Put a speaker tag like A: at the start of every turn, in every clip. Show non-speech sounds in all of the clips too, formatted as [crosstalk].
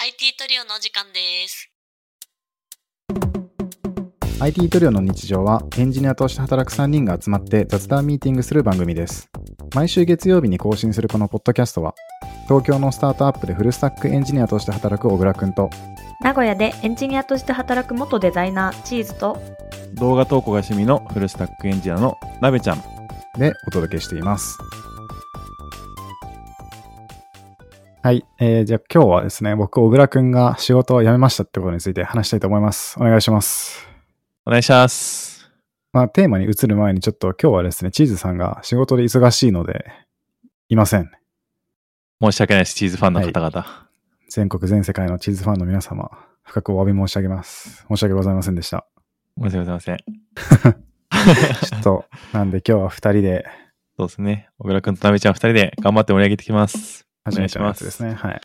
A: IT トリオのお時間です。
B: IT トリオの日常はエンジニアとして働く3人が集まって雑談ミーティングする番組です。毎週月曜日に更新するこのポッドキャストは、東京のスタートアップでフルスタックエンジニアとして働く小倉くんと、
C: 名古屋でエンジニアとして働く元デザイナーチーズと
D: 動画投稿が趣味のフルスタックエンジニアのなべちゃん
B: でお届けしています。はい、えーじゃあ今日はですね、僕、小倉くんが仕事を辞めましたってことについて話したいと思います。お願いします。
D: お願いします
B: まあ、テーマに移る前にちょっと今日はですね、チーズさんが仕事で忙しいので、いません。
D: 申し訳ないですチーズファンの方々、
B: 全国全世界のチーズファンの皆様、深くお詫び申し上げます。申し訳ございませんでした。
D: 申し訳ございません
B: ちょっと、なんで今日は二人で
D: そうですね小倉くんとなべちゃん2人で頑張って盛り上げていきます
B: 始めちゃうやつですね。はい。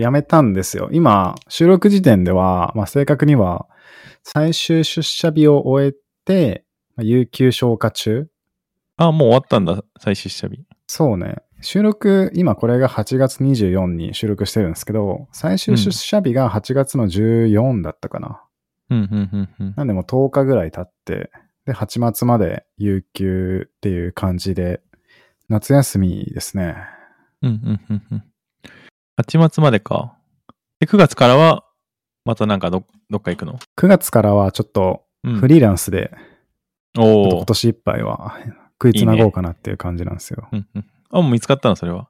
B: やめたんですよ。今、収録時点では、まあ、正確には、最終出社日を終えて、まあ有給消化中
D: あもう終わったんだ最終試写日
B: そうね。収録、今これが8月24に収録してるんですけど、最終出社日が8月の14だったかな。
D: うんうんうんうん
B: なんでもう10日ぐらい経って、で、8月まで有給っていう感じで、夏休みですね。
D: うんうんうんうん8月までかで9月からはまたなんかどどっか行くの、
B: 9月からはちょっと
D: うん、
B: フリーランスで、ちょっと
D: おお
B: 今年いっぱいは食いつなごうかなっていう感じなんですよ。
D: うんうん、あもう見つかったのそれは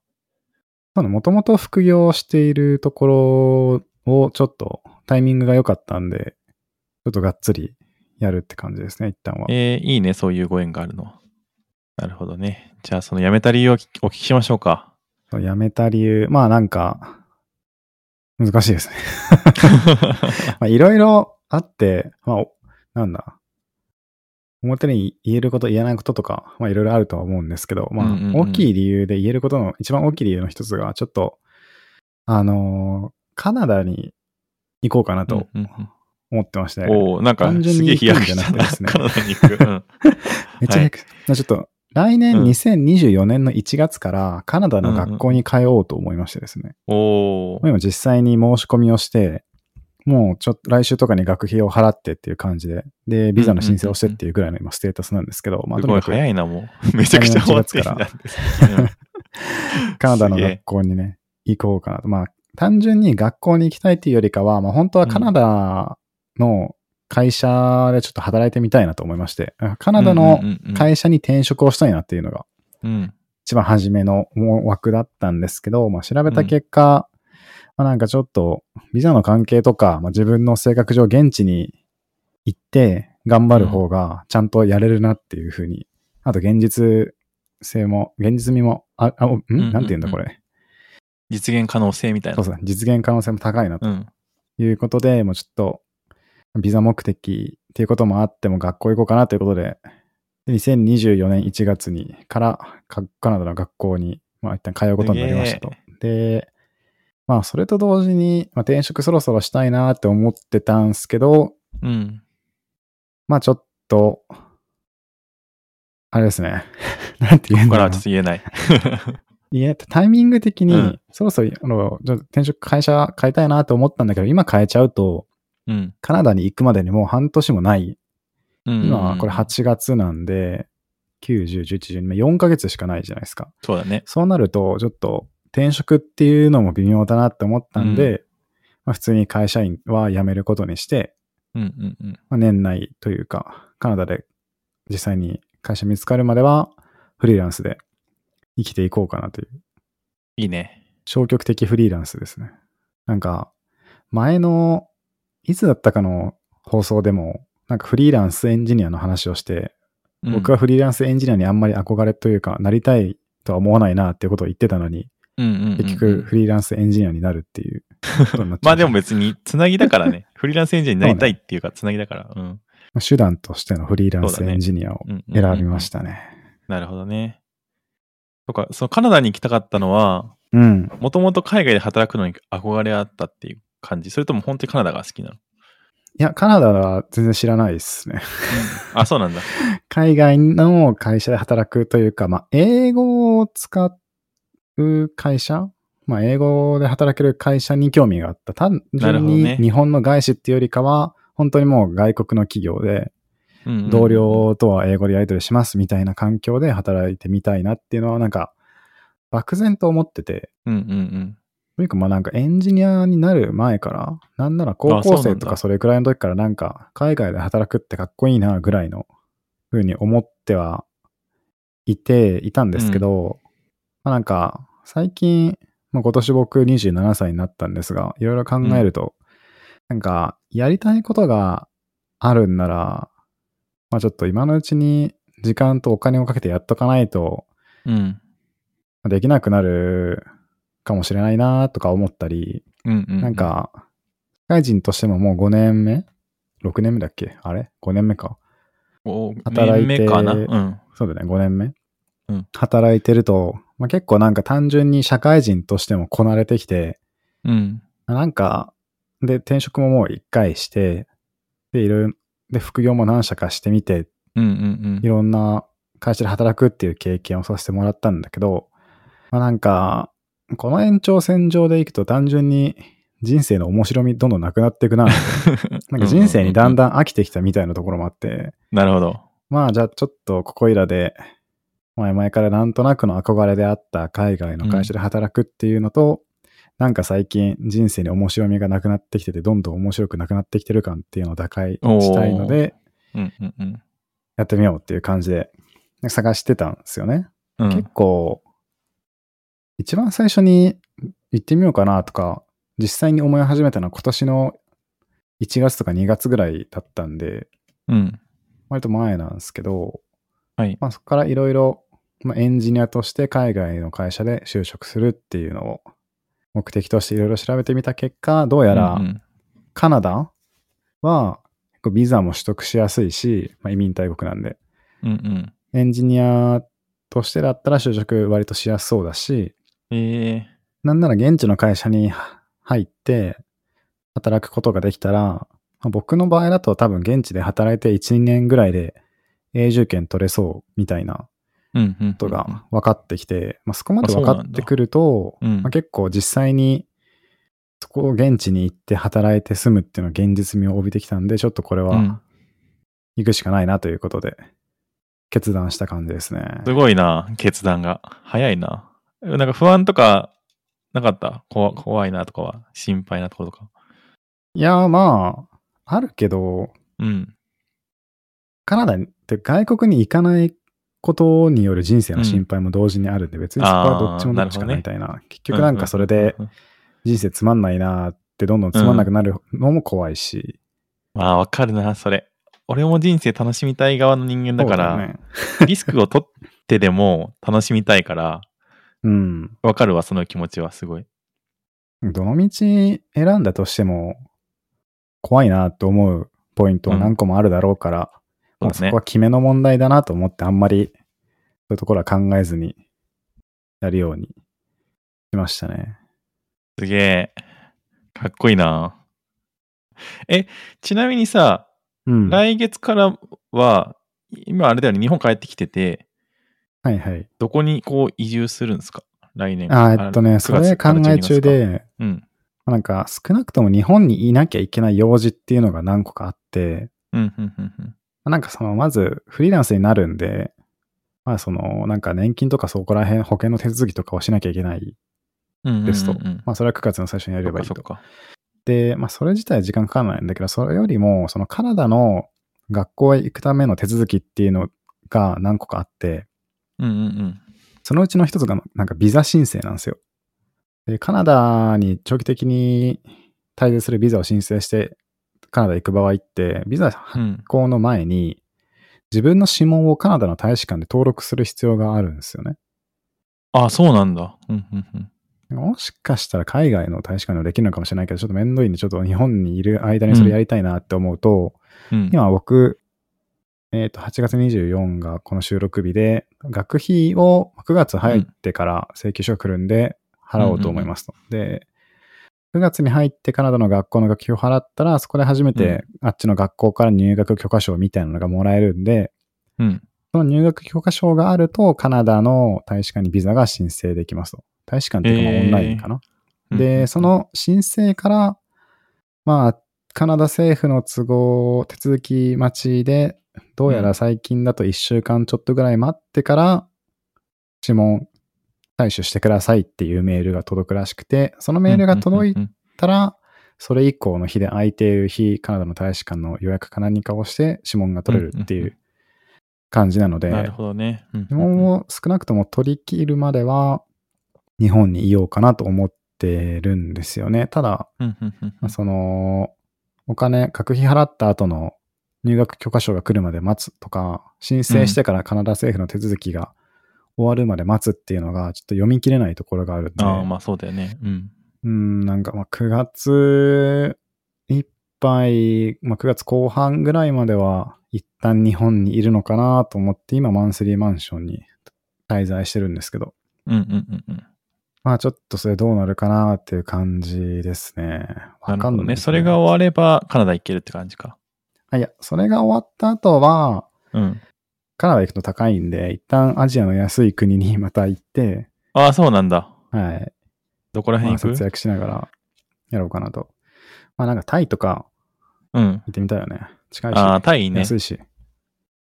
B: そうね、もともと副業しているところをちょっとタイミングが良かったんで、ちょっとがっつりやるって感じですね、一旦は。
D: えー、いいねそういうご縁があるのはなるほどねじゃあその辞めた理由をお聞きしましょ
B: [laughs]
D: うか
B: そう辞めた理由、まあなんか、難しいですね。まあ、いろいろあって、まあ、おなんだ。表に言えること、言えないこととか、まあ、いろいろあるとは思うんですけど、まあ
D: うんうん、うん
B: 大きい理由で言えることの、一番大きい理由の一つが、ちょっと、あのーカナダに行こうかなと
D: うんうんうん
B: 思ってまして、
D: おおなんか
B: 単純
D: す
B: に
D: げえ飛躍
B: 行くんじゃな
D: し
B: く
D: た
B: て
D: な。
B: ですね
D: カナダに行く。うん
B: [laughs] めっちゃ早く、まあちょっと、来年
D: うん
B: 2024年の1月から、カナダの学校に通おうと思いましてですね、
D: お
B: も
D: お
B: う今実際に申し込みをして、もうちょっと来週とかに学費を払ってっていう感じで、で、ビザの申請をしてっていうぐらいの今ステータスなんですけど、まあ
D: す
B: とに
D: ごい
B: かく
D: 早いな、もう。 [laughs] めちゃくちゃ終わってきたんですね。
B: [laughs] カナダの
D: すげえ
B: 学校にね、行こうかなと。まあ、単純に学校に行きたいっていうよりかは、まあ本当はカナダの会社でちょっと働いてみたいなと思いまして、カナダの会社に転職をしたいなっていうのが
D: うんうんうんうん
B: 一番初めの思惑だったんですけど、まあ、調べた結果、まあ、なんかちょっとビザの関係とか、まあ、自分の性格上現地に行って頑張る方がちゃんとやれるなっていうふうに、あと現実性も現実味もああおん、
D: んうん
B: なんて言うんだこれ
D: 実現可能性みたい
B: そ
D: な
B: う。そう実現可能性も高いなと
D: うん
B: いうことで、もうちょっとビザ目的っていうこともあっても学校行こうかなということで2024年1月にからかカナダの学校に、まあ、一旦通うことになりましたと
D: す。
B: で、まあ、それと同時に、まあ、転職そろそろしたいなって思ってたんすけど、
D: うん。
B: まあ、ちょっと、あれですね。 [laughs] なんて言うん
D: ここ
B: だろう
D: からはちょっと言えない。
B: いや、タイミング的に、
D: うん
B: そろそろあのちょっと転職会社変えたいなと思ったんだけど、今変えちゃうと、
D: うん。
B: カナダに行くまでにもう半年もない。
D: うん
B: 今、これ。8月なんで、9、10、11、12、まあ4ヶ月しかないじゃないですか。
D: そうだね。
B: そうなると、ちょっと転職っていうのも微妙だなって思ったんで、まあ、普通に会社員は辞めることにして、
D: うんうんうん。
B: まあ、年内というか、カナダで実際に会社見つかるまでは、フリーランスで生きていこうかなという、
D: いいね。
B: 消極的フリーランスですね。なんか、前の、いつだったかの放送でも、なんかフリーランスエンジニアの話をして、
D: うん
B: 僕は、フリーランスエンジニアにあんまり憧れというか、なりたいとは思わないなっていうことを言ってたのに、結
D: 結
B: 局フリーランスエンジニアになるっていうことになっちゃう
D: [laughs] まあでも別に、つなぎだからね。フリーランスエンジニアになりたいっていうか、つなぎだから。うん
B: まあ [laughs] 手段としてのフリーランスエンジニアを
D: うんうんうん。
B: 選びましたね。
D: なるほどね。とか、そのカナダに行きたかったのは、
B: うん。
D: もともと海外で働くのに憧れあったっていう感じそれとも本当にカナダが好きなの
B: いや、カナダは全然知らないですね。
D: あ、そう
B: [laughs]
D: なんだ。
B: 海外の会社で働くというか、まあ、英語を使う会社まあ、英語で働ける会社に興味があった。単
D: なる
B: 純
D: ほど
B: に
D: ね
B: 日本の外資っていうよりかは、本当にもう外国の企業で、
D: うんうん
B: 同僚とは英語でやり取りしますみたいな環境で働いてみたいなっていうのは、なんか、漠然と思ってて、
D: うんうんうん
B: とにかくまあなんかエンジニアになる前から、なんなら高校生とか
D: あ
B: それくらいの時からなんか海外で働くってかっこいいなぐらいのふうに思ってはいていたんですけど、まあなんか最近、まあ、今年僕27歳になったんですが、いろいろ考えると、なんかやりたいことがあるんなら、まあちょっと今のうちに時間とお金をかけてやっとかないと
D: うん
B: できなくなるかもしれないなとか思ったり、
D: うんうん
B: なんか、社会人としてももう5年目 ?6 年目だっけあれ ?5 年目か。
D: お
B: 働いて
D: 年目かなうん
B: そうだね、5年目。
D: うん
B: 働いてると、まあ、結構なんか単純に社会人としてもこなれてきて、
D: うん
B: なんか、で、転職ももう1回して、で、いろいろ、で、副業も何社かしてみて、
D: うんうん
B: いろんな会社で働くっていう経験をさせてもらったんだけど、まあ、なんか、この延長線上でいくと単純に人生の面白みどんどんなくなっていくな。
D: う
B: なん
D: ん
B: か人生にだん
D: ん
B: だん飽きてきたみたいなところもあって、
D: なるほど
B: まあじゃあちょっとここいらで、前々からなんとなくの憧れであった海外の会社で働くっていうのと、なんか最近人生に面白みがなくなってきてて、どんどん面白くなくなってきてる感っていうのを打開したいので、
D: うんうんうん
B: やってみようっていう感じでなんか探してたんですよね。
D: うん
B: 結構、一番最初に行ってみようかなとか、実際に思い始めたのは今年の1月とか2月ぐらいだったんで、
D: うん
B: 割と前なんですけど、
D: はい
B: まあ、そこからいろいろまあエンジニアとして海外の会社で就職するっていうのを目的としていろいろ調べてみた結果、どうやら
D: うんうん
B: カナダは結構ビザも取得しやすいし、まあ、移民大国なんで、
D: うんうん
B: エンジニアとしてだったら就職割としやすそうだし、
D: ええ
B: なんなら現地の会社に入って働くことができたら、まあ僕の場合だと多分現地で働いて1、2年ぐらいで永住権取れそうみたいな
D: うんうん
B: ことが分かってきて、まあ、そこまで分か
D: あそうな
B: っ
D: ん
B: て
D: だ
B: くると、
D: うん
B: まあ、結構実際にそこを現地に行って働いて住むっていうのは現実味を帯びてきたんで、ちょっとこれ
D: う
B: は
D: ん
B: 行くしかないなということで、決断した感じですね。
D: すごいな、決断が。早いな。なんか不安とかなかった怖怖いなとかは、心配なところとか。
B: いやー、まあ、あるけど、
D: うん。
B: カナダって外国に行かないことによる人生の心配も同時にあるんで、別にそこはどっちもどっちかな
D: あー
B: みたいな。結局なんかそれで
D: うんうんうん
B: 人生つまんないなーってどんどんつまんなくなるのも怖いし。
D: まあ、わかるな、それ。俺も人生楽しみたい側の人間だか
B: そう
D: ら、
B: ね、
D: リスクを取ってでも楽しみたいから、
B: うん。
D: わかるわ、その気持ちは、すごい。
B: どの道選んだとしても怖いなと思うポイントは何個もあるだろうから、
D: そう
B: まあ
D: だ
B: そ
D: ね
B: こは。決めの問題だなと思ってあんまりそういうところは考えずにやるようにしましたね。
D: すげえ。かっこいいな。え、ちなみにさ、
B: うん。はい
D: 来月からは、今あれだよね、日本帰ってきてて、
B: はい。
D: どこにこう移住するんですか来年。
B: あーえっと
D: 9
B: ね、
D: 月
B: それ
D: か
B: 考
D: ら12
B: え
D: 月か
B: 中。で、
D: うん。
B: なんか少なくとも日本にいなきゃいけない用事っていうのが何個かあって、
D: うん、うん、うんうん。
B: なんかその、まずフリーランスになるんで、まあその、なんか年金とかそこら辺、保険の手続きとかをしなきゃいけない。
D: うんうんうんうん
B: ですとまあそれは9月の最初にやればいい
D: そっ
B: と。
D: かそっか。
B: で、まあそれ自体は時間かからないんだけど、それよりも、そのカナダの学校へ行くための手続きっていうのが何個かあって、
D: うんうんうん。
B: そのうちの一つがなんかビザ申請なんですよ。で、カナダに長期的に滞在するビザを申請して、カナダ行く場合って、ビザ
D: う
B: 発
D: ん、
B: 行の前に、自分の指紋をカナダの大使館で登録する必要があるんですよね。
D: あ、そうなんだ。うんうんうん。
B: もしかしたら海外の大使館でもできるのかもしれないけど、ちょっと面倒いんで、ちょっと日本にいる間にそれやりたいなって思うと、
D: うん、
B: 今僕、えっ、と、8月24がこの収録日で、学費を9月入ってから請求書が来るんで、払おうと思いますと。で、9月に入ってカナダの学校の学費を払ったら、そこで初めてあっちの学校から入学許可証みたいなのがもらえるんで、
D: うん。
B: その入学許可証があると、カナダの大使館にビザが申請できますと。大使館っていうかまあ
D: え
B: オ
D: ー
B: ンラインかな。
D: うん
B: で、そ、の申請から、まあ、カナダ政府の都合、手続き待ちで、どうやら最近だと1週間ちょっとぐらい待ってから、指紋採取してくださいっていうメールが届くらしくて、そのメールが届い
D: うんうん
B: たら、それ以降の日で空いている日、カナダの大使館の予約か何かをして指紋が取れるって
D: うん
B: い
D: うんう
B: う感じなの
D: うんな
B: で
D: る、ほどね。うん
B: 指紋を少なくとも取り切るまでは、日本にいようかなと思ってるんですよね。ただ、
D: うんうんうん
B: まあその、お金、学費払った後の入学許可証が来るまで待つとか、申請してからカナダ政府の手続きが終わるまで待つっていうのが、ちょっと読み切れないところがあるんで、
D: ああ、まあそうだよね。うん。
B: うん、なんかまあ9月いっぱい、まあ、9月後半ぐらいまでは一旦日本にいるのかなと思って今マンスリーマンションに滞在してるんですけど、
D: うんうんうんうん。
B: まあちょっとそれどうなるかなっていう感じですね。
D: な
B: わ
D: る
B: か
D: ほ
B: ん
D: ど
B: ないで
D: ね。
B: す
D: それが終わればカナダ行けるって感じか。
B: あいや、それが終わった後は、
D: うん。
B: カナダ行くと高いんで、一旦アジアの安い国に [laughs] また行って、
D: ああ、そうなんだ。
B: はい。
D: どこら
B: ま
D: 辺
B: あ、
D: 行
B: 節
D: く
B: 約しながらやろうかなと。まあなんかタイとか
D: うん。
B: 行ってみたいよね。近いし、
D: ああ、タイいいね。
B: 安いし。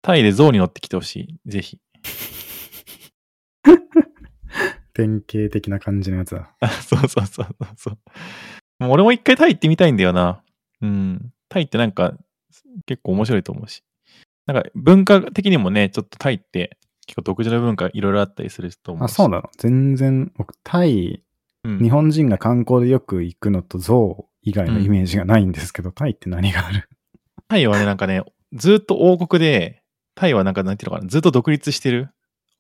D: タイで象に乗ってきてほしい。ぜひ。
B: 典型的な感じのやつだ。
D: あ [laughs] そうそうそうそうそう。もう俺も一回タイ行ってみたいんだよな。うん。タイってなんか結構面白いと思うし。なんか文化的にもね、ちょっとタイって結構独自の文化いろいろあったりすると思う
B: あ、
D: し。
B: そうなの全然、僕、タイ、
D: うん
B: 日本人が観光でよく行くのと象以外のイメージがないんですけど、タイって何があ [laughs] る
D: タイはね、なんかね、ずっと王国で、タイはなんかなんていうのかな、ずっと独立してる。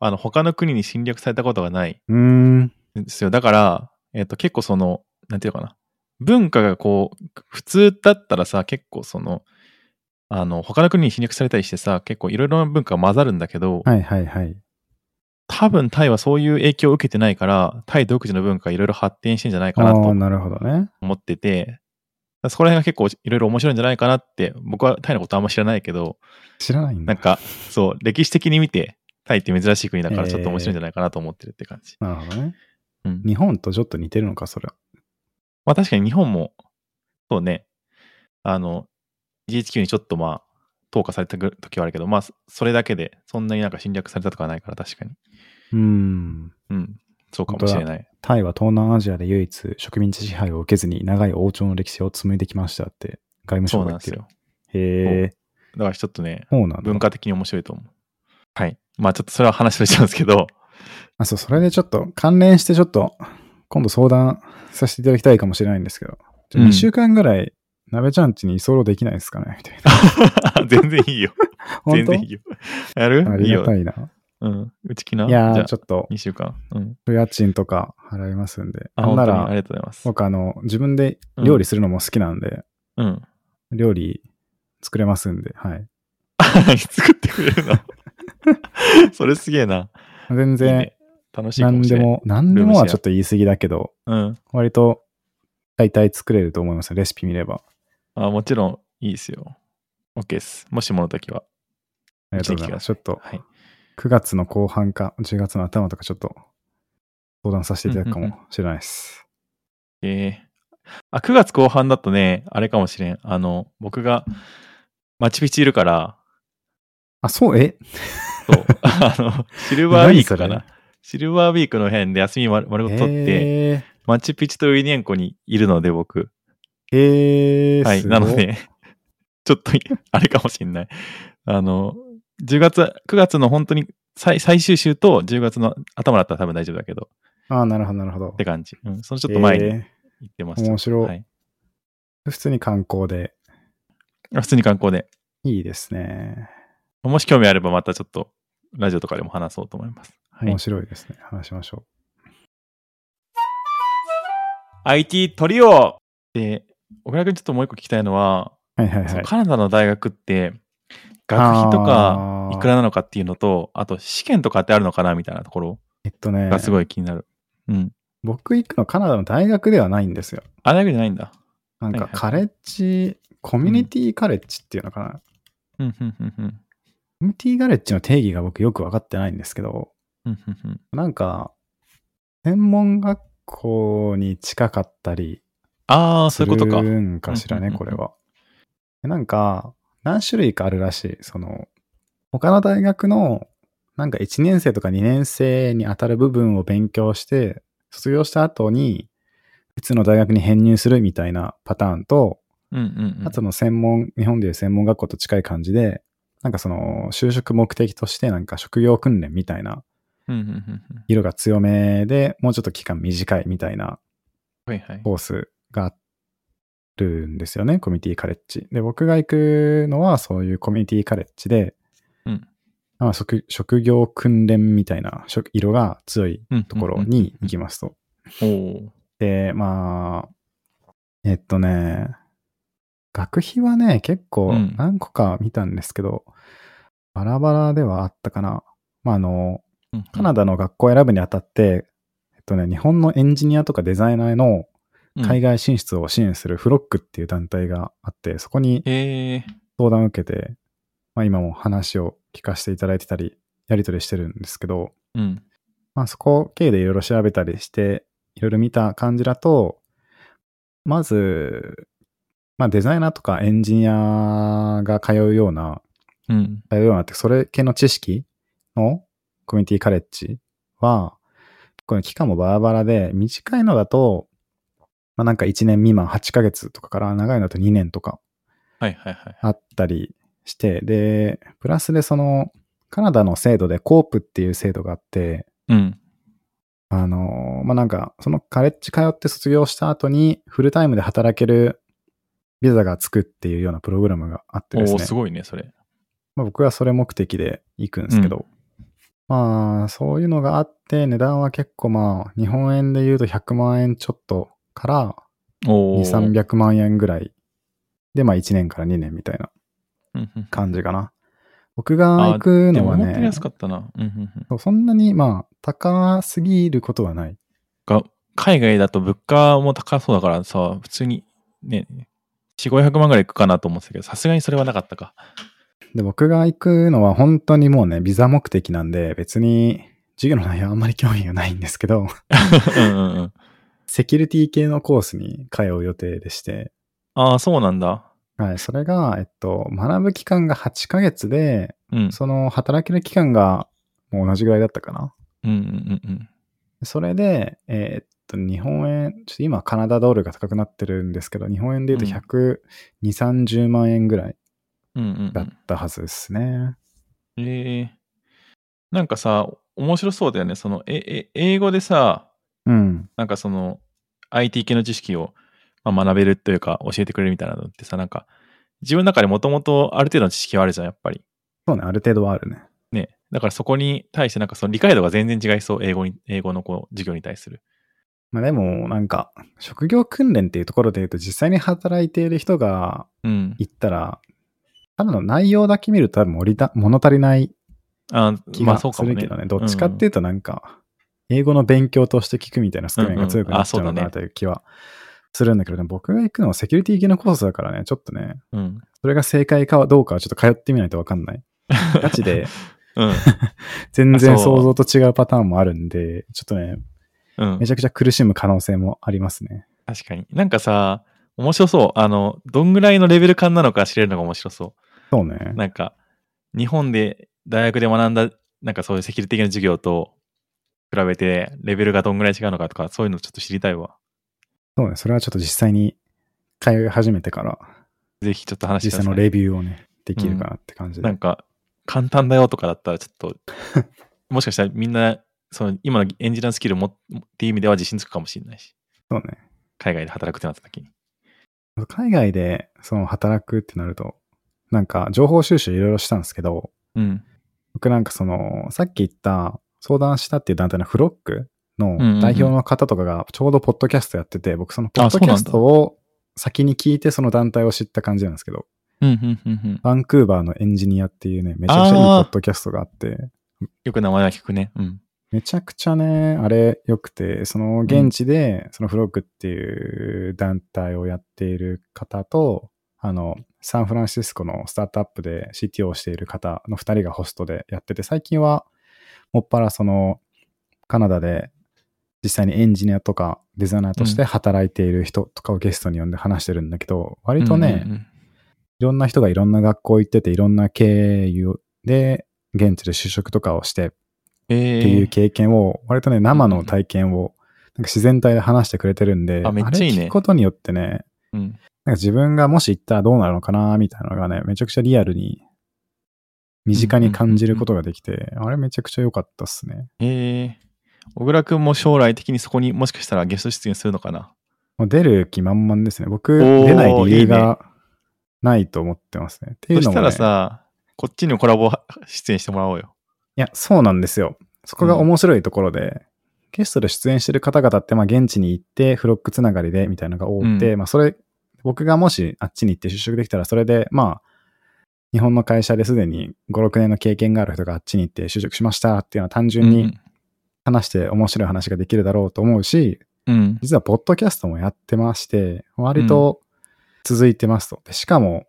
D: あの、他の国に侵略されたことがないう
B: ーん。
D: んですよ。だから、えっ、と、結構その、なんていうのかな、文化がこう、普通だったらさ、結構その、あの、他の国に侵略されたりしてさ、結構いろいろな文化が混ざるんだけど、
B: はいはいはい。
D: 多分タイはそういう影響を受けてないから、タイ独自の文化がいろいろ発展してんじゃないか
B: あ
D: な
B: あ
D: と
B: ー、なるほどね。
D: 思ってて、そこら辺が結構いろいろ面白いんじゃないかなって、僕はタイのことあんま知らないけど、
B: 知らないん
D: な
B: だ。
D: んか、そう、歴史的に見て、タイって珍しい国だからちょっと面白いんじゃないかなと思ってるって感じ。
B: なるほどね。
D: うん。
B: 日本とちょっと似てるのか、それは。
D: まあ確かに日本も、そうね、あの、GHQ にちょっとまあ、投下されたぐ時はあるけど、まあ、そそれだけで、そんなになんか侵略されたとかはないから確かに。
B: うーん。
D: うん。そうかもしれない。
B: タイは東南アジアで唯一植民地支配を受けずに長い王朝の歴史を紡いできましたって外務省
D: そう
B: が
D: なん
B: 言っ
D: で
B: て
D: す
B: る。
D: よ。
B: へえ。
D: だからちょっとね、
B: そうなんだ
D: 文。化的に面白いと思う。はい。まあちょっとそれは話しちゃうんです
B: [laughs]
D: けど、
B: あ、そう、それでちょっと関連してちょっと今度相談させていただきたいかもしれないんですけど、
D: うん
B: 2週間ぐらい鍋ちゃん家に居候できないですかねみたいな。
D: 全然いいよ。
B: 本
D: 全
B: 当
D: 然いいよ。やる
B: あ
D: いい
B: りが
D: よ
B: た。いな。
D: うん。うちきな。
B: いや
D: じ
B: ー、
D: ゃ
B: ちょっと
D: あ、2週間。うん。
B: 家賃とか払いますんで。
D: あ、
B: なん
D: 本
B: な
D: 当にあ
B: ら、
D: りがとうございます。
B: 僕あの、自分で料理するのも好きなんで、
D: うん。 [laughs]
B: 料理作れますんで、はい。
D: 作ってくれるの [laughs] それすげえな。
B: 全
D: いい
B: 然
D: ね、楽しいか
B: 何
D: もし
B: で
D: れない。
B: も、何で
D: ルーム
B: も
D: シェ
B: は
D: ア
B: ちょっと言い過ぎだけど、
D: うん。
B: 割と大体作れると思います。レシピ見れば。
D: あもちろんいいですよ。OK です。もしもの時は。
B: ありがとうございます。ちょっと
D: はい。
B: 9月の後半か10月の頭とかちょっと相談させていただくか
D: うん
B: もしれないです。
D: えー、あ、9月後半だとね、あれかもしれん。あの、僕が、マチュピチュいるから、
B: あ、そう、え [laughs]
D: そう、あの、シルバーウィークか
B: 何
D: な。シルバーウィークの辺で休み丸丸ごと取って、
B: え
D: マチュピチュとウィニエンコにいるので、僕。
B: ー、えー、
D: はい。
B: すご
D: なの。で、 [laughs] ちょっと、あれかもしんない。あの、10月、9月の本当に最最終週と10月の頭だったら多分大丈夫だけど、
B: あー、なるほど、なるほど
D: って。感じ。うん。そのちょっと前に行
B: え
D: ってました。
B: 面白い
D: はい。
B: ー普通に観光で
D: あ普通に観光で。
B: いいですね。
D: もし興味あればまたちょっと、ラジオとかでも話そうと思います。はい
B: 面。白いですね。話しましょ
D: IT トリオで、小倉君ちょっともう一個聞きたいのは、
B: う。はいはいは
D: その
B: い。
D: カナダの大学って、学費とか、
B: あー
D: いくらなのかっていうのと、あと試験とかってあるのかなみたいなところ
B: えっとね
D: が、すごい気になる。うん。
B: 僕行くのカナダの大学ではないんですよ。
D: あ、大学じゃないんだ。
B: なんか
D: はいはい
B: カレッジ、コミュニティカレッジっていうのかな。
D: うんうんうんうん
B: コミュニティガレッジの定義が僕よくわかってないんですけど、
D: うんうんうん
B: なんか、専門学校に近かったり、
D: ああ、そういうことか
B: す。るんかしら
D: うん
B: ね、
D: うんうん
B: これは。でなんか、何種類かあるらしい。その、他の大学の、なんか1年生とか2年生に当たる部分を勉強して、卒業した後に、別の大学に編入するみたいなパターンと、
D: うんうんうん。
B: あとの専門、日本でいう専門学校と近い感じで、なんかその、就職目的としてなんか職業訓練みたいな、
D: うんうんうんうん。
B: 色が強めで、もうちょっと期間短いみたいな
D: はいはい。
B: コースがあるんですよね、コミュニティカレッジ。で、僕が行くのはそういうコミュニティカレッジで、
D: うん
B: まあ、職職業訓練みたいな職色が強いところに行き
D: ま
B: ますと。
D: す。おお。
B: で、まあ、えっとね、学費はね、結構
D: うん
B: 何個か見たんですけど、バラバラではあったかな。まあ、あの、カナ
D: ダ
B: ダの学校を選ぶにあたって、えっとね、日本のエンジニアとかデザイナーへの海外進出を支援するフロックっていう団体があって、そこに
D: へえ。
B: 相談を受けて、まあ、今も話を聞かせていただいてたり、やり取りしてるんですけど、
D: うん。
B: まあ、そこ経由でいろいろ調べたりして、いろいろ見た感じだと、まず、まあ、デザイナーとかエンジニアが通うような、
D: うん。
B: 通うようなって、それ系の知識のコミュニティカレッジは、この期間もバラバラで、短いのだと、まあなんか1年未満8ヶ月とかから、長いのだと2年とか
D: はいはいはい。
B: あったりして、で、プラスでその、カナダの制度でコープっていう制度があって、
D: うん。
B: あのー、まあなんか、そのカレッジ通って卒業した後に、フルタイムで働けるビザがつくっていうようなプログラムがあって
D: お
B: です
D: お
B: ね。
D: ー、すごいね、それ。
B: まあ、僕はそれ目的で行くんですけど、まあ、そういうのがあって、値段は結構まあ、日本円で言うと100万円ちょっとから
D: おお。
B: 2、300万円ぐらいで、まあ1年から2年みたいな
D: うんうん
B: 感じかな。僕が行く
D: で
B: の
D: も
B: は
D: 思ったより
B: ね、
D: 安かったな。うんうんうん
B: そうそんなにまあ、高すぎることはない。
D: が海外だと物価も高そうだからさ、普通にね、4、500万ぐらいいくかなと思ってたけど、さすがにそれはなかったか。
B: で、僕が行くのは本当にもうね、ビザ目的なんで、別に授業の内容はあんまり興味がないんですけど、
D: [laughs]
B: [laughs]
D: うんうんうん。
B: セキュリティ系のコースに通う予定でして、
D: ああ、そうなんだ。
B: はい、それが、えっと、学ぶ期間が8ヶ月で、
D: うん。
B: その働ける期間がもう同じぐらいだったかな。
D: うんうんうんうん。
B: それで、えーっと、日本円、ちょっと今カナダドルが高くなってるんですけど、日本円で言うと120、30万円ぐらい
D: うんうんう
B: だっ
D: ん。
B: たはずですね。
D: ええなんかさ、面白そうだよね。その、え、え、英語でさ、
B: うん。
D: なんかその、IT 系の知識を、まあ、学べるというか、教えてくれるみたいなのってさ、なんか、自分の中でもともとある程度の知識はあるじゃん、やっぱり。
B: そうね、ある程度はあるね。
D: ね。だからそこに対して、なんかその理解度が全然違いそう、英語に、英語のこう、授業に対する。
B: まあでも、なんか、職業訓練っていうところで言うと、実際に働いている人が
D: うん。
B: 行ったら、ただの内容だけ見ると多分盛りた物足りない
D: あ
B: 気
D: まあ
B: が
D: そう
B: す
D: かも
B: る
D: ね。
B: けどね。どっちかっていうとなんか、英語の勉強として聞くみたいな側面が強くなっちゃうの
D: うんうんあそうだ
B: かなと
D: ね
B: いう気はするんだけどね。僕が行くのはセキュリティ系のコースだからね、ちょっとね、
D: うん、うん。
B: それが正解かどうかはちょっと通ってみないとわかんない。ガチで
D: [laughs] うん。
B: 全
D: あ
B: 然
D: そう
B: 想像と違うパターンもあるんで、ちょっとね、
D: うん
B: め。ちゃくちゃ苦しむ可能性もありますね。
D: 確かに。なんかさ、面白そう。あの、どんぐらいのレベル感なのか知れるのが面白そ
B: そうね。
D: う。なんか、日本で、大学で学んだ、なんかそういうセキュリティ系の授業と比べて、レベルがどんぐらい違うのかとか、そういうのちょっと知りたいわ。
B: そうね。それはちょっと実際に通い始めてから、
D: ぜひちょっと話して
B: 実際
D: ください
B: のレビューをね、できるかなって感じで。
D: なんか、簡単だよとかだったら、ちょっと、 [laughs] もしかしたらみんな、その、今のエンジニアのスキルもっていう意味では自信つくかもしれないし、
B: そうね。
D: 海外で働くってなった時に。
B: 海外でその働くってなると、なんか情報収集いろいろしたんですけど、
D: うん。
B: 僕なんかその、さっき言った相談したっていう団体のフロックの
D: んうんうん
B: 代表の方とかがちょうどポッドキャストやってて、僕そのポッ
D: あ
B: ドキャス
D: そ
B: トを先に聞いてその団体を知った感じなんですけど、
D: うん、うん、うん、うん。
B: バンクーバーのエンジニアっていうね、めちゃくちゃいいポ
D: あー
B: ッドキャストがあって、
D: よく名前は聞くね。うん。
B: めちゃくちゃね、あれ良くて、その現地でそのフロックっていう団体をやっている方と、あの、サンフランシスコのスタートアップで CTO をしている方の2人がホストでやってて、最近はもっぱらその、カナダで実際にエンジニアとかデザイナーとして働いている人とかをゲストに呼んで話してるんだけど、割とね、
D: うんうん
B: いろんな人がいろんな学校行ってて、いろんな経由で、現地で就職とかをしてっ
D: うんえ
B: て
D: ー
B: いう経験を、割とね、生の体験を、なんか自然体で話してくれてるんで、
D: あめっちゃいいね
B: あれ聞くことによってね、
D: うん
B: なんか自分がもし行ったらどうなるのかな、みたいなのがね、めちゃくちゃリアルに、身近に感じることができて、あれめちゃくちゃ良かったっすね。
D: えー小倉君も将来的にそこにもしかしたらゲスト出演するのかな
B: もう出る気満々ですね。僕、
D: おー
B: 出ない理
D: い
B: 由
D: いね
B: がないと思ってますね。っていの
D: そうし
B: も、
D: た
B: ね、
D: らさ、こっちにコラボ出演してもらおうよ。
B: いや、そうなんですよ。そこが面白いところで、ゲストで出演してる方々って、まあ、現地に行って、フロックつながりで、みたいなのが多くて、
D: う
B: まあ、それ、僕がもしあっちに行って就職できたら、それで、まあ、日本の会社ですでに5、6年の経験がある人があっちに行って就職しましたっていうのは単純
D: う
B: に
D: ん
B: 話して面白い話ができるだろうと思うし、
D: うん。
B: 実はポッドキャストもやってまして、割と続いてますと。でしかも、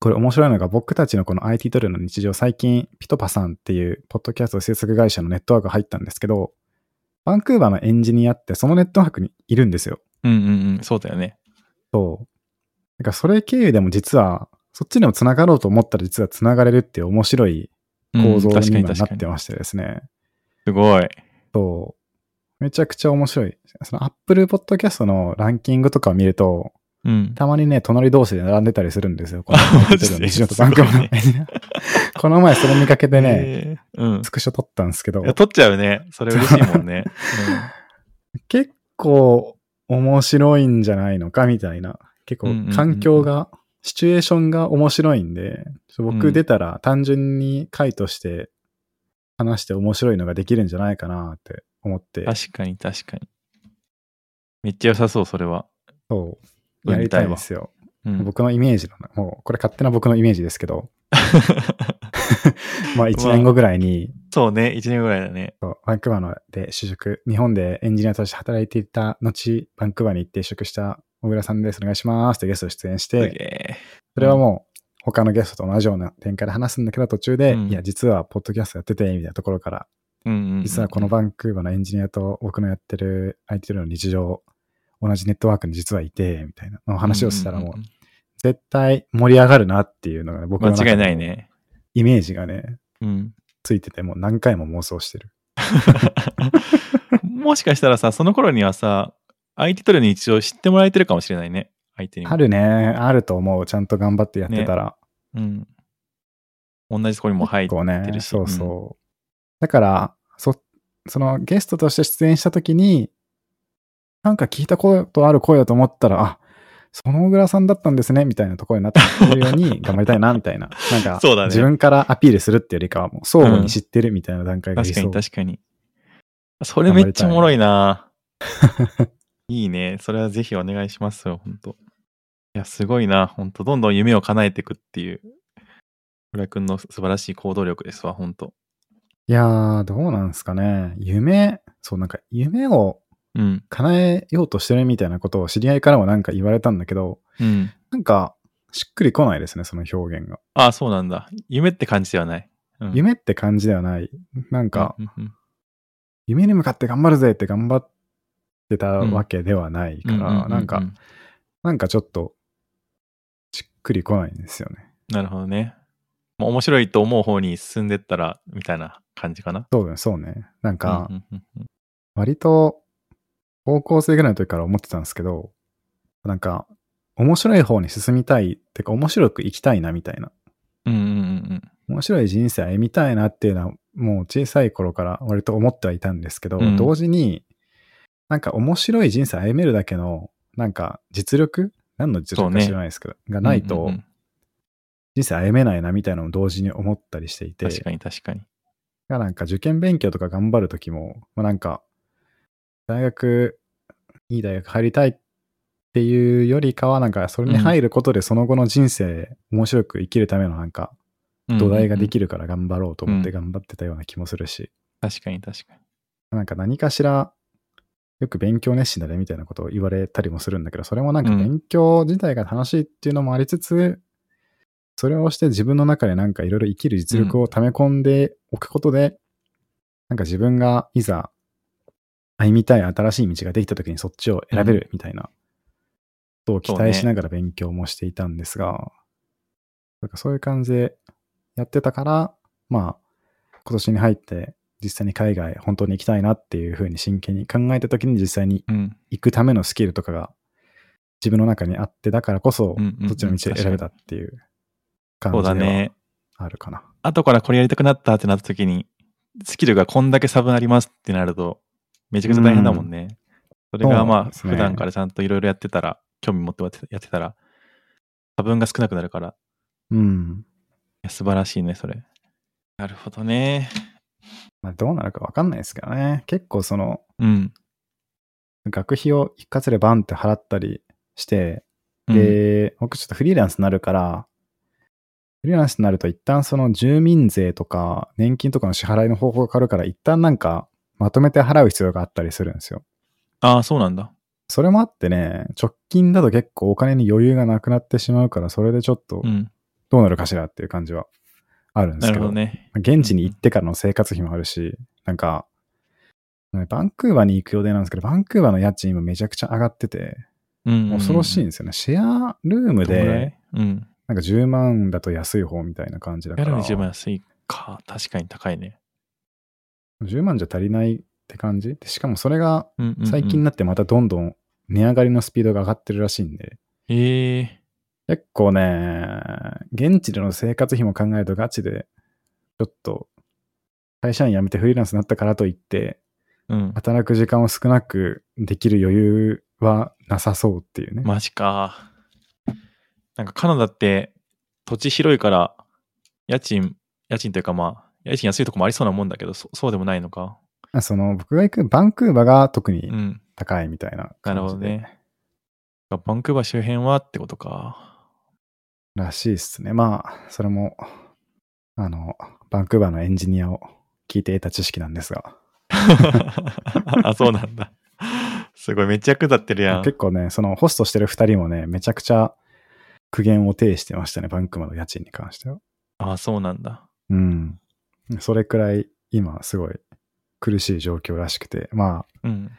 B: これ面白いのが僕たちのこの IT トレの日常、最近ピトパさんっていうポッドキャスト制作会社のネットワーク入ったんですけど、バンクーバーのエンジニアってそのネットワークにいるんですよ。
D: うんうんうん。そうだよね。
B: そう。だからそれ経由でも実は、そっちにも繋がろうと思ったら実は繋がれるっていう面白い構造
D: うん確
B: に
D: かに
B: 今な
D: 確
B: っ
D: かに
B: て。ましてですね。
D: すごい。
B: そう。めちゃくちゃ面白い。その Apple Podcast のランキングとかを見ると、
D: うん。
B: たまにね、隣同士で並んでたりするんですよ。この
D: あマジで
B: 日常とバンクーバーの間
D: [laughs]
B: にこの前それ見かけてね、
D: えーうん
B: ス。クショ撮ったんですけど
D: い、や、撮っちゃうね。それ嬉しいもん
B: [laughs]
D: ね。
B: 結構面白いんじゃないのかみたいな。結
D: うんうんうんう
B: 構
D: ん
B: 環境が、シチュエーションが面白いんで、ちょ
D: う
B: 僕
D: ん
B: 出たら単純に回として話して面白いのができるんじゃないかなって思って
D: うん、確かに確かに。めっちゃ良さそう、それは。
B: そう、やりたいですよ。
D: うん、
B: 僕のイメージの、もうこれ勝手な僕のイメージですけど、
D: [laughs]
B: まあ1年後ぐらいに、
D: [laughs] そうね、1年ぐらいだね。
B: そうバンクーバーので就職、日本でエンジニアとして働いていた後、バンクーバーに行って就職した小倉さんです、お願いしますってゲスト出演し
D: すげ
B: て、
D: え。
B: それはもう他のゲストと同じような展開で話すんだけど、途中で、
D: うん
B: いや、実はポッドキャストやってて、みたいなところから、
D: うんうんうん、
B: 実はこのバンクーバーのエンジニアと僕のやってる IT の日常、同じネットワークに実はいて、みたいなのを話をしたらもう、
D: んんん
B: 絶対盛り上がるなっていうのが、ね、僕の中
D: 間
B: の
D: 違いないね。
B: イメージがね、
D: うん。
B: ついてて、もう何回も妄想してる。
D: [laughs] もしかしたらさ、その頃にはさ、相手との日常を知ってもらえてるかもしれないね。相手にも。
B: あるね、あると思う。ちゃんと頑張ってやってたら。
D: うん。同じとこにも入っ
B: 結構ね
D: てるし。
B: そうそう。だから、そ、そのゲストとして出演したときに、なんか聞いたことある声だと思ったら、あ、その小倉さんだったんですね、みたいなところにな
D: [laughs]
B: ってるように頑張りたいな、みたいな。なんか、
D: そうだね
B: 自分からアピールするっていうよりかは、もう相互に知ってるみたいな段階
D: うん。
B: が理
D: 確か
B: 想、
D: に確かに。それめっちゃおもろいな。いいね。それはぜひお願いしますよ、本当いや、すごいな。本当どんどん夢を叶えていくっていう。浦君の素晴らしい行動力ですわ、本当
B: いやー、どうなんですかね。夢、そう、なんか夢を
D: うん。
B: 叶えようとしてるみたいなことを知り合いからもなんか言われたんだけど、
D: うん。
B: なんか、しっくりこないですね、その表現が。
D: ああ、そうなんだ。夢って感じではない。うん
B: 夢って感じではない。なんか、
D: うんうん
B: 夢に向かって頑張るぜって頑張ってたわけではないか
D: うんうんうんう
B: ら、
D: ん
B: なんか、なんかちょっと、しっくりこないんですよね。
D: なるほどね。まあ面白いと思う方に進んでったら、みたいな感じかな。
B: そうだね、そうね。なんか
D: う、んうんうん
B: 割と、高校生ぐらいの時から思ってたんですけど、なんか、面白い方に進みたい、てか面白く生きたいなみたいな。
D: うんうんうん
B: 面白い人生歩みたいなっていうのは、もう小さい頃から割と思ってはいたんですけど、
D: うん
B: 同時に、なんか面白い人生歩めるだけの、なんか実力何の実力
D: そう
B: か
D: ね
B: 知らないですけど、が
D: うん。
B: ないと、
D: うんうん
B: 人生歩めないなみたいなのも同時に思ったりしていて、
D: 確かに確かに。
B: がなんか受験勉強とか頑張るときも、まあ、なんか、大学、いい大学入りたいっていうよりかは、なんかそれに入ることでその後の人生、面白く生きるためのなんか、土台ができ
D: る。
B: るから頑張ろうと思って
D: う
B: 頑
D: ん
B: 張ってたような気もするし、
D: 確かに確かに。
B: なんか何かしらよく勉強熱心だねみたいなことを言われたりもするんだけど、それもなんか勉強自体が楽しいっていうのもありつつ、それをして自分の中でなんかいろいろ生きる実力を溜め込んでおくことで、なんか自分がいざ歩みたい新しい道ができた時にそっちを選べるみたいなことを期
D: そうね
B: 待しながら勉強もしていたんですが、なんかそういう感じでやってたから、まあ今年に入って実際に海外本当に行きたいなっていうふうに真剣に考えた時に実際に
D: うん。
B: 行くためのスキルとかが自分の中にあってだからこそ
D: うんうんうん
B: そっちの道を選べたっていう感
D: そう
B: じ
D: だ
B: では
D: ね。
B: あるかな。
D: 後からこれやりたくなったってなった時に、スキルがこんだけ差分ありますってなると、めちゃくちゃ大変だもんね。それが
B: そう
D: まあ、
B: ですね
D: 普段からちゃんといろいろやってたら、興味持ってやってたら、差分が少なくなるから、い
B: うん。
D: や素晴らしいね、それ。なるほどね。
B: まあ、どうなるかわかんないですけどね。結構その
D: うん。
B: 学費を一括でバンって払ったりして、
D: うん、
B: で、僕ちょっとフリーランスになるから、フリーランスになると一旦その住民税とか年金とかの支払いの方法が変わるから、一旦なんかまとめて払う必要があったりするんですよ。
D: ああ、そうなんだ。
B: それもあってね、直近だと結構お金に余裕がなくなってしまうから、それでちょっと
D: うん。
B: どうなるかしらっていう感じはあるんで
D: な
B: す
D: る
B: け
D: ほ
B: ど、
D: どね。
B: 現地に行ってからの生活費もあるし、なんか、ねバンクーバーに行く予定なんですけど、バンクーバーの家賃今めちゃくちゃ上がってて、
D: うん。
B: 恐ろしいん
D: で
B: ですよね。シェアルームで、
D: うん。
B: なんか10万だと安い方みたいな感じだか
D: やる
B: ら、
D: の一番安いか。確かに高いね。
B: 10万じゃ足りないって感じでしかもそれが
D: うんうんうん
B: 最近になってまたどんどん値上がりのスピードが上がってるらしいんで、
D: ええ
B: 結構ね、現地での生活費も考えるとガチで、ちょっと、会社員辞めてフリーランスになったからといって、
D: うん。
B: 働く時間を少なくできる余裕はなさそうっていうね。
D: マジか。なんかカナダって土地広いから、家賃、家賃というかまあ、家賃安いとこもありそうなもんだけど、そそうでもないのか。
B: その、僕が行くバンクーバーが特
D: う
B: に
D: ん。
B: 高いみたいな
D: なる
B: 感
D: ほ
B: じ
D: ど
B: で、
D: ね。バンクーバー周辺はってこ
B: [laughs]
D: とか。
B: らしいですね。まあ、それも、あの、バンクーバーのエンジニアを聞いて得た知識なんですが、
D: あ、そうなんだ。すごい、めっちゃ役立ってるやん。
B: 結構ね、そのホストしてる二人もね、めちゃくちゃ苦言を呈してましたね、バンクーバーの家賃に関しては。
D: あ、そうなんだ。
B: うん。それくらい今すごい苦しい状況らしくて、ま
D: うん。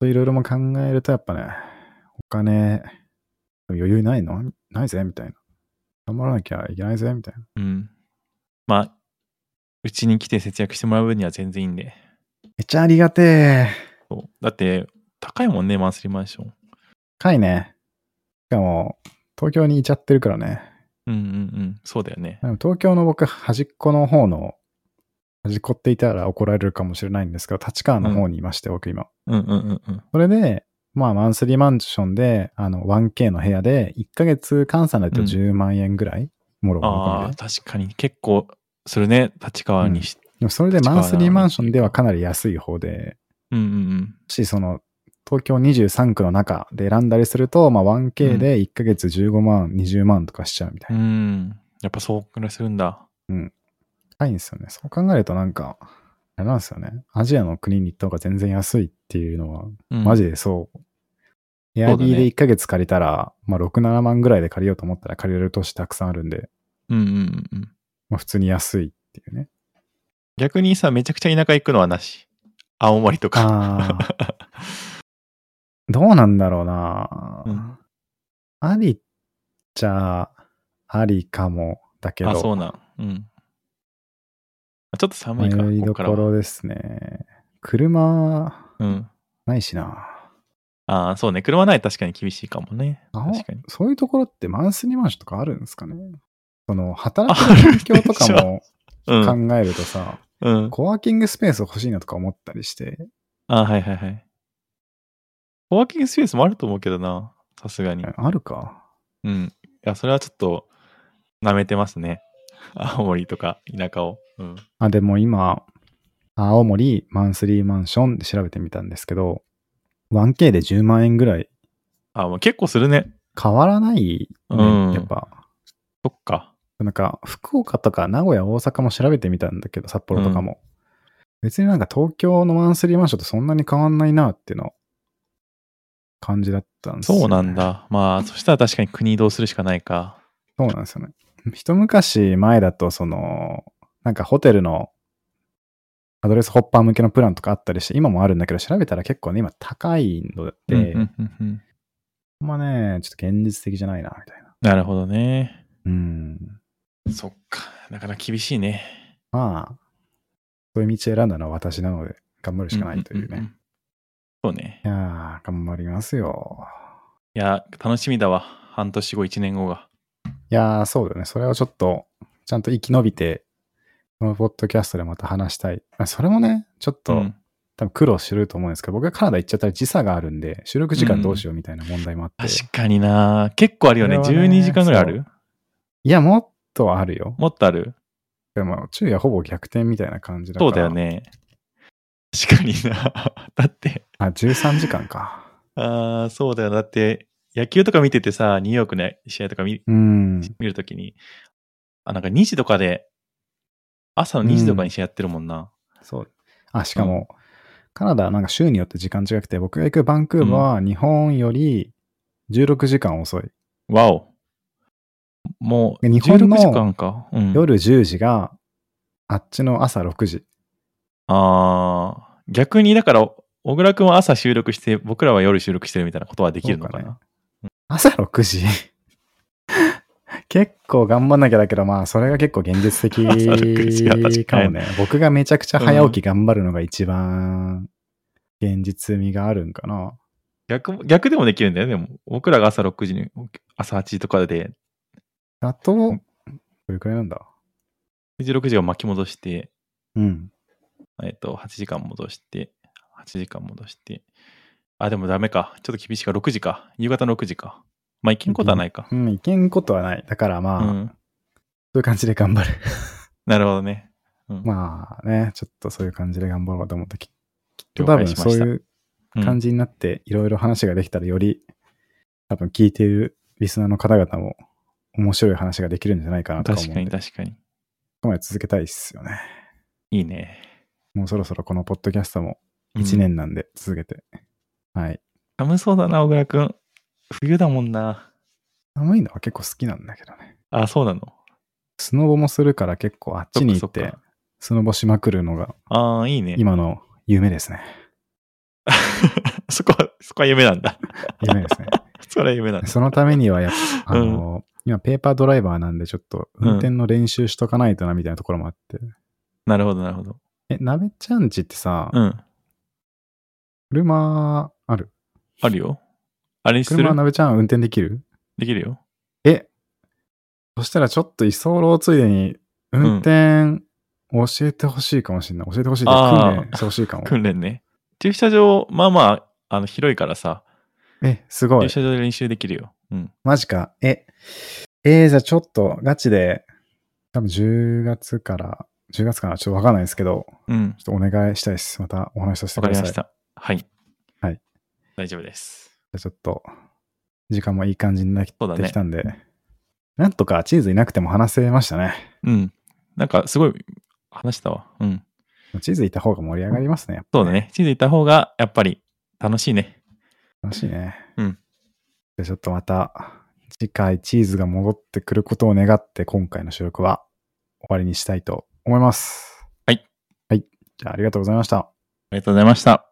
B: あ、いろいろも考えるとやっぱね、お金、余裕ないのないぜみたいな。頑張らなきゃいけないぜみたいな。
D: うん。まあ、うちに来て節約してもらう分には全然いいんで。
B: めっちゃありがてえ。
D: そうだって、高いもんね、マンスリーマンション。
B: 高いね。しかも、東京にいちゃってるからね。
D: うんうんうん。そうだよね
B: で。も東京の僕、端っこの方の、端っこっていたら怒られるかもしれないんですけど、立川の方にいまして、僕今。
D: うんうんうんうん。
B: それで、まあ、マンスリーマンションで、あの、1K の部屋で、1ヶ月換算だと
D: うん
B: 10万円ぐらい、もろもろ込
D: あ
B: み
D: あ、
B: で。
D: 確かに結構するね、立川にし、
B: でもそれでマンスリーマンションではかなり安い方で、
D: うん、うんうん
B: もしその、東京23区の中で選んだりすると、まあ、1K で1ヶ月15万、20万とかしちゃうみた
D: う
B: いな。
D: ん。やっぱそうくらいするんだ。
B: 高いんですよね。そう考えるとなんか、あれなんですよね。アジアの国に行った方が全然安いっていうのは、
D: うん
B: マジでそう。エ
D: そ
B: ア
D: うだ
B: ビ
D: ね
B: ーで1ヶ月借りたら、まあ6、7万ぐらいで借りようと思ったら借りれる都市たくさんあるんで、
D: うんうんうんうん。
B: まあ普通に安いって
D: [laughs]
B: いうね。
D: 逆にさ、めちゃくちゃ田舎行くのはなし。青森とか。
B: ああ。どうなんだろうな、
D: うん
B: ありっちゃ、ありかも、だけど。
D: あ、そうなん。うん。ちょっと寒いか、
B: 迷い
D: こ
B: どこ
D: こからは。
B: ろですね。車、
D: うん。
B: ないしな。
D: ああ、そうね。車ない確かに厳しいかもね。
B: あ
D: 確かに。
B: そういうところってマンスリーマンションとかあるんですかねその、働
D: あるで
B: く
D: しょ
B: 環境とかも
D: うん。
B: 考えるとさ、
D: うん。
B: コワーキングスペース欲しいなとか思ったりして、
D: あはいはいはい。コワーキングスペースもあると思うけどな。さすがに。
B: あるか。
D: うん。いや、それはちょっと、舐めてますね。 [laughs] 青森とか、田舎を。うん。
B: あ、でも今、青森マンスリーマンションで調べてみたんですけど、1K で10万円ぐらい
D: あ、もう結構するね。
B: 変わらない、ね
D: うん
B: やっぱ。
D: そっか。
B: なんか、福岡とか名古屋、大阪も調べてみたんだけど、札幌とかも。別になんか東京のマンスリーマンションとそんなに変わんないなっていうの感じだったんですよね
D: そうなん。だ。まあ、そしたら確かに国移動するしかないか。
B: そうなんですよね。一昔前だと、その、なんかホテルのアドレスホッパー向けのプランとかあったりして、今もあるんだけど、調べたら結構ね、今高いので、
D: うんうんうんうん
B: あんまね、ちょっと現実的じゃないな、みたいな。
D: なるほどね。
B: うん。
D: そっか。なかなか厳しいね。
B: まあ、そういう道選んだのは私なので、頑張るしかないというね。
D: んんんんそうね。
B: いやー、頑張りますよ。
D: いや、楽しみだわ。半年後、1年後が。
B: いやー、そうだよね。それをちょっと、ちゃんと生き延びて、このポッドキャストでまた話したい。まあ、それもね、ちょっと、
D: うん
B: 多分苦労してると思うんですけど、僕がカナダ行っちゃったら時差があるんで、収録時間どうしようみたいな問題もあって。い
D: 確かにな。結構あるよね。
B: これはね
D: 12時間ぐらいある
B: や、もっとあるよ。
D: もっとある
B: でも、昼夜ほぼ逆転みたいな感じだから。
D: そうだよ。ね。確かにな。 [laughs] だって、
B: あ、13時間か。
D: ああ、そうだよ。だって、野球とか見ててさ、ニューヨークの試合とか見
B: うん。
D: 見るときに、あ、なんか2時とかで、朝の2時とかに試合やってるもんな。
B: そう。あ、しかも、カナダはなんか州によって時間違くて、僕が行くバンクーバーは日本より16時間遅い。
D: わお。もう、
B: 日本の
D: 16時間か。うん、
B: 夜10時が、あっちの朝6時。
D: ああ、逆にだから、小倉くんは朝収録して、僕らは夜収録してるみたいなことはできるのかな。
B: そう朝6時 [laughs] 結構頑張んなきゃだけど、まあ、それが結構現実的
D: [laughs] 朝6時は確
B: か
D: か
B: も
D: に
B: ね。僕がめちゃくちゃ早起き頑張るのが一番現実味があるんかな。
D: 逆も、逆でもできるんだよね。でも、僕らが朝6時に、朝8時とかで、
B: だと、どれくらいなんだ
D: 16時を巻き戻して、
B: うん。
D: えっと、8時間戻して、8時間戻して。あ、でもダメか。ちょっと厳しいか。6時か。夕方の6時か。まあ、いけんことはないか。
B: うん、いけんことはない。だからまあ、
D: う
B: そ
D: ん。
B: ういう感じで頑張る。
D: なるほどね。うん
B: まあね、ちょっとそういう感じで頑張ろうと思って、ききっと多
D: 了解
B: 分
D: しま
B: そう
D: した
B: いう感じになって、いろいろ話ができたらより、多分聞いているリスナーの方々も面白い話ができるんじゃないか
D: うん
B: なとか思
D: 確
B: うん
D: か
B: で、
D: に
B: こ
D: 確かに。
B: こまで続けたいっすよね。
D: いいね。
B: もうそろそろこのポッドキャストも
D: うん
B: 1。年なんで続けて。はい。
D: 寒そうだな、小倉くん。冬だもんな。
B: 寒いのは結構好きなんだけどね。
D: あ、そうなの。
B: スノボもするから結構あっちに行
D: そ
B: っ
D: っかそってか、
B: スノボしまくるのが
D: ああ、いいね。
B: 今の夢ですね。
D: [laughs] そこは、そこは夢なんだ。 [laughs]
B: 夢ですね。
D: それは夢なんだ。
B: そのためにはやっぱ、あ
D: うん
B: の、今ペーパードライバーなんでちょっと運転の練習しとかないとなみたいなところもあって。
D: なるほど、なるほど。
B: え、なべちゃんちってさ、
D: うん。
B: 車ある
D: あるよ。あれにする
B: 車なべちゃん運転できる
D: できるよ。
B: え、そしたらちょっと居候ついでに運転教えてほしいかもしれない。教えてほしいで
D: あー
B: 訓練してほしいかも。
D: 訓練ね。駐車場、まあまあ、あの、広いからさ、
B: え、すご
D: 駐
B: い。
D: 車場で練習できるよ。うん。
B: マジか。え、えーじゃあちょっとガチで、多分10月から、10月かなちょっとわかんないですけど、
D: うん。
B: ちょっとお願いしたいです。またお話しさせて
D: わ
B: くだ
D: かり
B: さい。
D: ました。はい。
B: はい。
D: 大丈夫です。
B: じゃあちょっと、時間もいい感じになって
D: そうだね
B: きたんで、なんとかチーズいなくても話せましたね。
D: うん。なんか、すごい、話したわ。うん。
B: チーズいた方が盛り上がりますね。やっぱ
D: そうだね。地図行った方が、やっぱり、楽しいね。
B: 楽しいね。
D: うん。
B: じゃあちょっとまた、次回チーズが戻ってくることを願って、今回の収録は終わりにしたいと思います。
D: はい。
B: はい。じゃあありがとうございました。
D: ありがとうございました。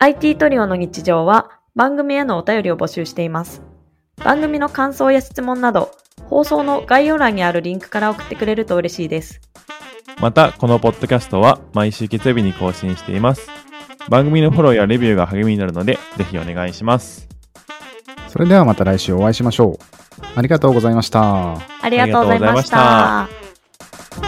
C: IT トリオの日常は番組へのお便りを募集しています。番組の感想や質問など、放送の概要欄にあるリンクから送ってくれると嬉しいです。
D: またこのポッドキャストは毎週月曜日に更新しています番組のフォローやレビューが励みになるのでぜひお願いします
B: それではまた来週お会いしましょう。ありがとうございました。
C: ありがとうござい
D: ありがと
C: ま
D: うございま
C: し
D: したた。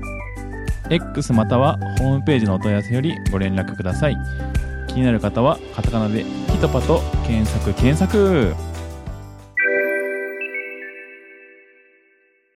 D: X またはホームページのお問い合わせよりご連絡ください気になる方はカタカナで「ピトパ」と検索検索